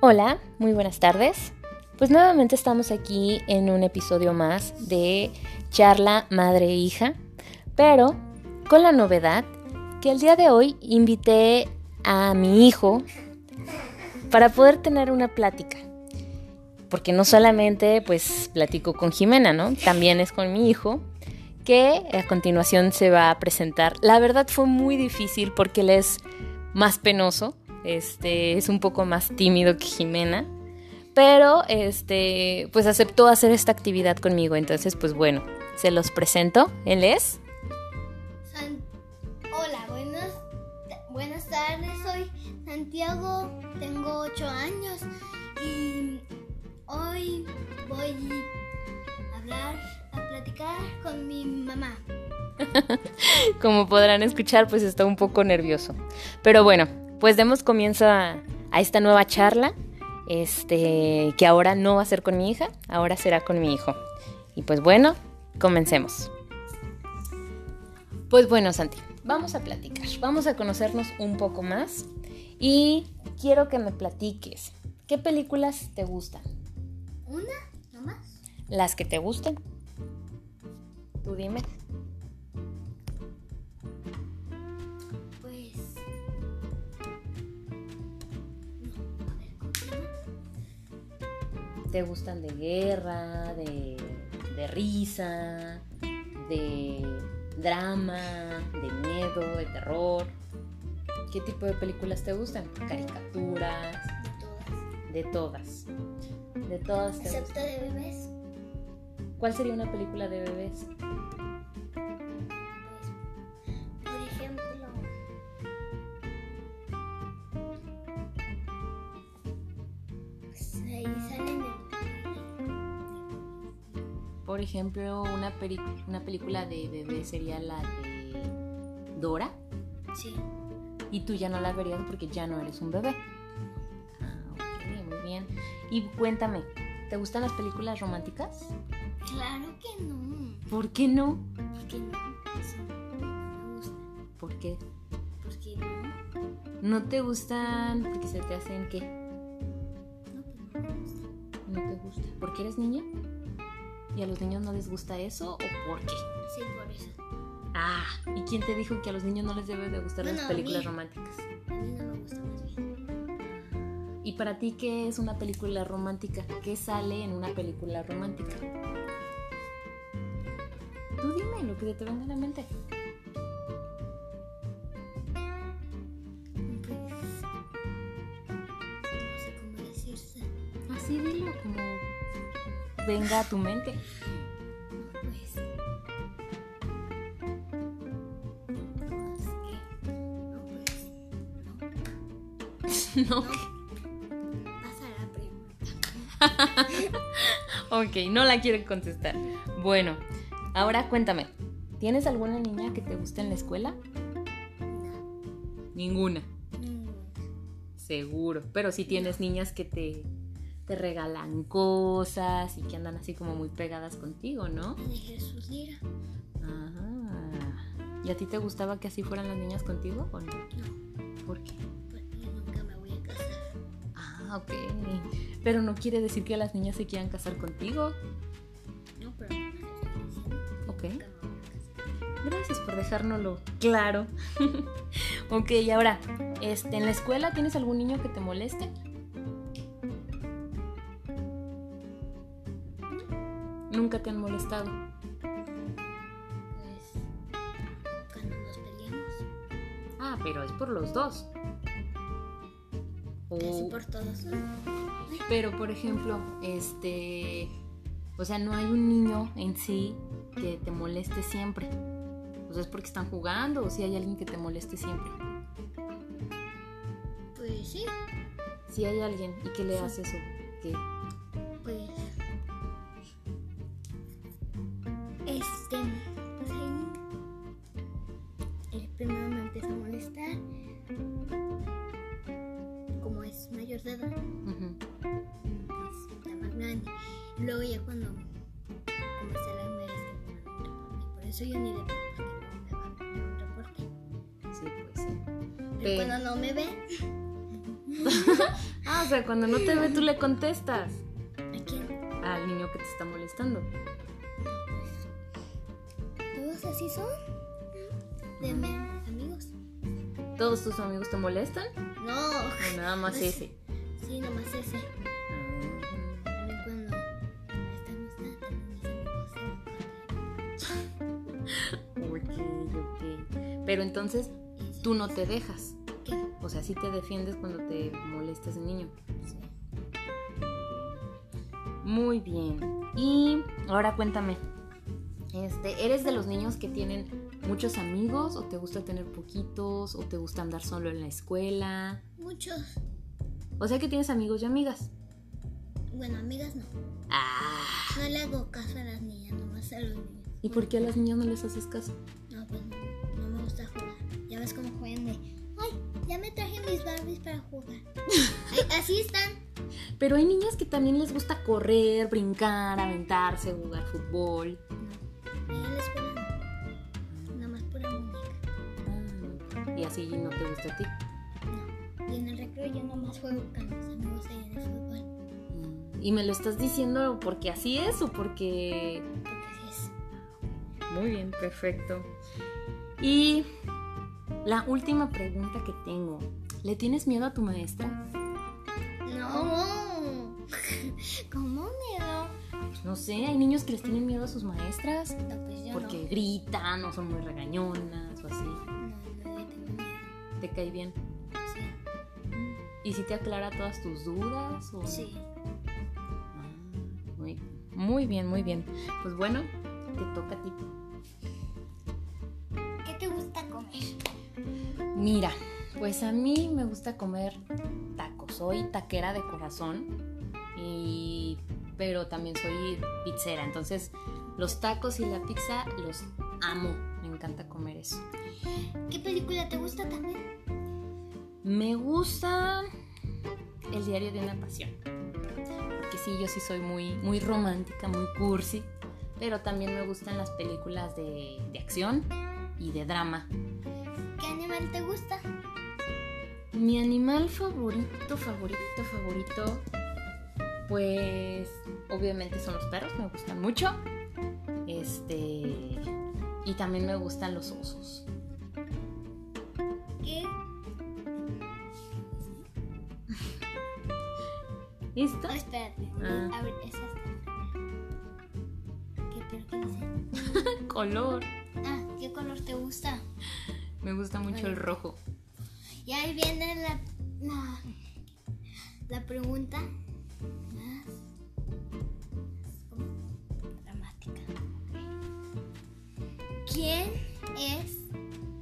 Hola, muy buenas tardes. Pues nuevamente estamos aquí en un episodio más de charla madre-hija, pero con la novedad que el día de hoy invité a mi hijo para poder tener una plática. Porque no solamente pues platico con Jimena, ¿no? También es con mi hijo que a continuación se va a presentar. La verdad fue muy difícil porque él es más penoso, este es un poco más tímido que Jimena, pero este pues aceptó hacer esta actividad conmigo, entonces pues bueno, se los presento. Él es San- Hola, buenas, buenas tardes. Soy Santiago, tengo 8 años y hoy voy a hablar, a platicar con mi mamá. Como podrán escuchar, pues está un poco nervioso. Pero bueno, pues demos comienzo a, a esta nueva charla, este, que ahora no va a ser con mi hija, ahora será con mi hijo. Y pues bueno, comencemos. Pues bueno, Santi, vamos a platicar, vamos a conocernos un poco más y quiero que me platiques, ¿qué películas te gustan? ¿Una? ¿Nomás? Las que te gusten. Tú dime. Pues. No, a ver, ¿cómo se llama? te gustan de guerra, de, de risa, de drama, de miedo, de terror. ¿Qué tipo de películas te gustan? Caricaturas, de De todas. todas. De todas te gustan. Excepto de bebés. ¿Cuál sería una película de bebés? Pues, por ejemplo. Pues ahí salen Por ejemplo, una, peri- una película de bebés sería la de Dora. el. Sí. Y tú ya no la verías porque ya no eres un bebé. Ah, ok, muy bien. Y cuéntame, ¿te gustan las películas románticas? Claro que no. ¿Por qué no? Porque no. eso no me gusta. ¿Por qué? Porque no. No, ¿No te gustan porque se te hacen qué? pues no me gusta. No te gusta. ¿Porque eres niña? ¿Y a los niños no les gusta eso o por qué? Sí, por eso. Ah, ¿y quién te dijo que a los niños no les debe de gustar Bueno, las a películas mí. románticas? A mí no me gusta más bien. ¿Y para ti qué es una película romántica? ¿Qué sale en una película romántica? Tú dime lo que te venga a la mente. Pues. No sé cómo decirse. Así Ah, dilo, como venga a tu mente. Pues. No, pues. No. no. Pasa la pregunta. Ok, no la quieren contestar. Bueno, ahora cuéntame, ¿tienes alguna niña que te guste en la escuela? No. Ninguna, Mm, seguro. Pero sí tienes niñas que te, te regalan cosas y que andan así como muy pegadas contigo, ¿no? De Jesús Lira. Ajá. ¿Y a ti te gustaba que así fueran las niñas contigo o no? No, ¿Por qué? porque yo nunca me voy a casar. Ah, ok. Pero no quiere decir que las niñas se quieran casar contigo, No, pero no me estoy diciendo. ¿ok? Nunca me voy a casar. Gracias por dejárnoslo claro. ok, y ahora, este, ¿en la escuela tienes algún niño que te moleste? Nunca te han molestado. Pues. Cuando nos peleamos. Ah, pero es por los dos. Casi O- pues, por todos. ¿no? Pero, por ejemplo, este. O sea, no hay un niño en sí que te moleste siempre. O sea, es porque están jugando o si hay alguien que te moleste siempre. Pues sí. Si hay alguien y que le Sí. haces eso, que Pues. Este. pues ahí El primero me empieza a molestar. Como es mayor de edad, Ujú. pues está más grande. Y luego ya cuando comencé a las mujeres que me mandan un reporte. Por eso yo ni le digo porque no me va a mandar un reporte. Sí, pues sí. Pero Pe- cuando no me ve, Ah, o sea, cuando no te ve tú le contestas ¿A quién? al niño que te está molestando. ¿Todos así son? De me- amigos. ¿Todos tus amigos te molestan? No. O nada más ese. Sí, nomás ese. A mí cuando estamos tan mis amigos se van Ah, Pero entonces con- y tú no te dejas. ¿Qué? O sea, sí te defiendes cuando te molesta ese niño. Sí. Muy bien. Y ahora cuéntame. Este, ¿Eres de los niños que tienen muchos amigos o te gusta tener poquitos o te gusta andar solo en la escuela? Muchos. O sea que tienes amigos y amigas. Bueno, amigas no. Ah. No le hago caso a las niñas, nomás a los niños. ¿Y por qué a las niñas no les haces caso? No, pues no, no me gusta jugar. Ya ves cómo juegan de. Ay, ya me traje mis Barbies para jugar. Ay, así están. Pero hay niñas que también les gusta correr, brincar, aventarse, jugar fútbol. No, ahí en la escuela no. Nada más pura muñeca. Ah, Y así no te gusta a ti. No. Y en el recreo yo nomás juego con mis amigos ahí en el fútbol. Y me lo estás diciendo porque así es o porque... Porque así es. Muy bien, perfecto. Y la última pregunta que tengo. ¿Le tienes miedo a tu maestra? No. ¿Cómo miedo? Pues no sé, hay niños que les tienen miedo a sus maestras No, pues yo porque gritan o son muy regañonas o así. no. No, no le tengo miedo. ¿Te cae bien? Sí. ¿Y si te aclara todas tus dudas? O... Sí. Ah, Muy, muy bien, muy bien. Pues bueno, te toca a ti. ¿Qué te gusta comer? Mira, pues a mí me gusta comer tacos. Soy taquera de corazón, y, pero también soy pizzera. Entonces, los tacos y la pizza los amo. Me encanta comer eso. ¿Qué película te gusta también? Me gusta el diario de una pasión. Porque sí, yo sí soy muy, muy romántica, muy cursi. Pero también me gustan las películas de, de acción y de drama. ¿Qué animal te gusta? Mi animal favorito, favorito, favorito, pues obviamente son los perros, me gustan mucho. Este, y también me gustan los osos. ¿Qué? ¿Listo? Oh, espérate. Ah. A ver, esa está. ¿Qué pero qué dice? Color. Ah, ¿qué color te gusta? Me gusta mucho el rojo. Y ahí viene la. La, la pregunta más. ¿cómo? dramática. ¿Quién es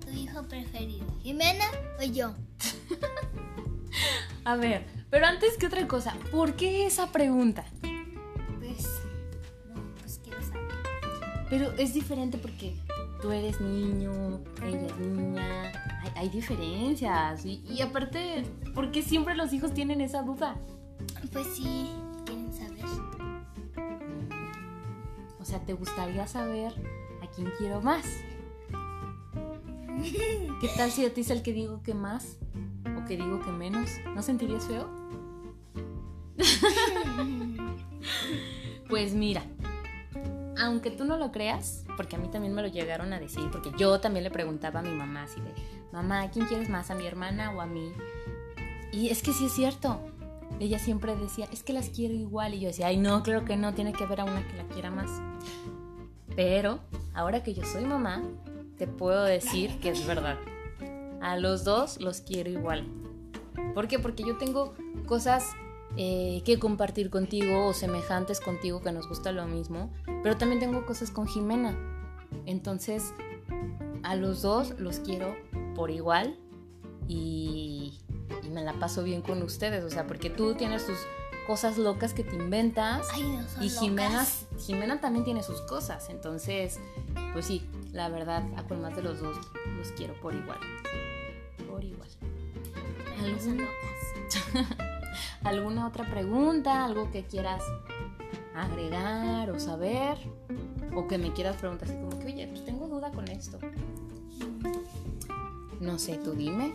tu hijo preferido? ¿Jimena o yo? A ver, pero antes que otra cosa, ¿por qué esa pregunta? Pues. No, pues quiero saber. Pero es diferente porque tú eres niño, ella es niña, hay, hay diferencias. Y, y aparte, ¿por qué siempre los hijos tienen esa duda? Pues sí, quieren saber. O sea, ¿te gustaría saber a quién quiero más? ¿Qué tal si a ti es el que digo que más o que digo que menos? ¿No sentirías feo? Pues mira, aunque tú no lo creas, porque a mí también me lo llegaron a decir, porque yo también le preguntaba a mi mamá así de, mamá, ¿a quién quieres más? ¿A mi hermana o a mí? Y es que sí es cierto. Ella siempre decía, es que las quiero igual. Y yo decía, ay, no, claro que no, tiene que haber a una que la quiera más. Pero ahora que yo soy mamá, te puedo decir que es verdad. A los dos los quiero igual. ¿Por qué? Porque yo tengo cosas eh, que compartir contigo o semejantes contigo que nos gusta lo mismo, pero también tengo cosas con Jimena. Entonces, a los dos los quiero por igual y, y me la paso bien con ustedes, o sea, porque tú tienes tus cosas locas que te inventas Ay, no son y Jimena, locas. Jimena también tiene sus cosas, entonces, pues sí, la verdad, a cual más de los dos los quiero por igual. Por igual. Ay, no son locas. ¿Alguna otra pregunta? ¿Algo que quieras agregar o saber? O que me quieras preguntar así como que, oye, pues tengo duda con esto. No sé, tú dime.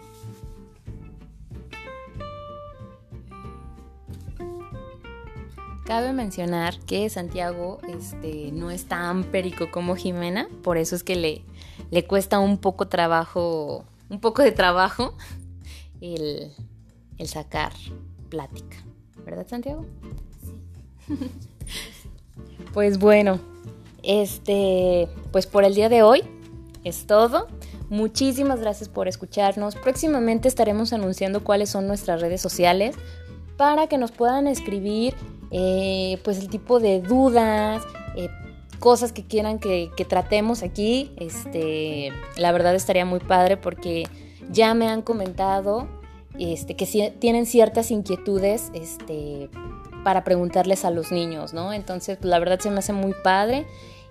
Cabe mencionar que Santiago este, no es tan perico como Jimena, por eso es que le, le cuesta un poco trabajo, un poco de trabajo el, el sacar plática. ¿Verdad, Santiago? Pues bueno, este, pues por el día de hoy es todo. Muchísimas gracias por escucharnos. Próximamente estaremos anunciando cuáles son nuestras redes sociales para que nos puedan escribir eh, pues el tipo de dudas, eh, cosas que quieran que, que tratemos aquí. Este, la verdad estaría muy padre porque ya me han comentado este, que si- tienen ciertas inquietudes este, para preguntarles a los niños, ¿no? Entonces, pues, la verdad se me hace muy padre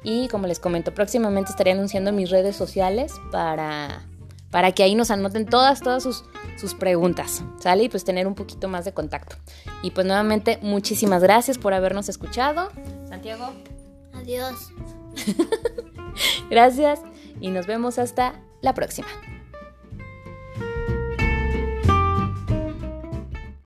y como les comento, próximamente estaré anunciando mis redes sociales para, para que ahí nos anoten todas, todas sus, sus preguntas, ¿sale? Y pues tener un poquito más de contacto. Y pues nuevamente, muchísimas gracias por habernos escuchado. Santiago, Adiós. gracias y nos vemos hasta la próxima.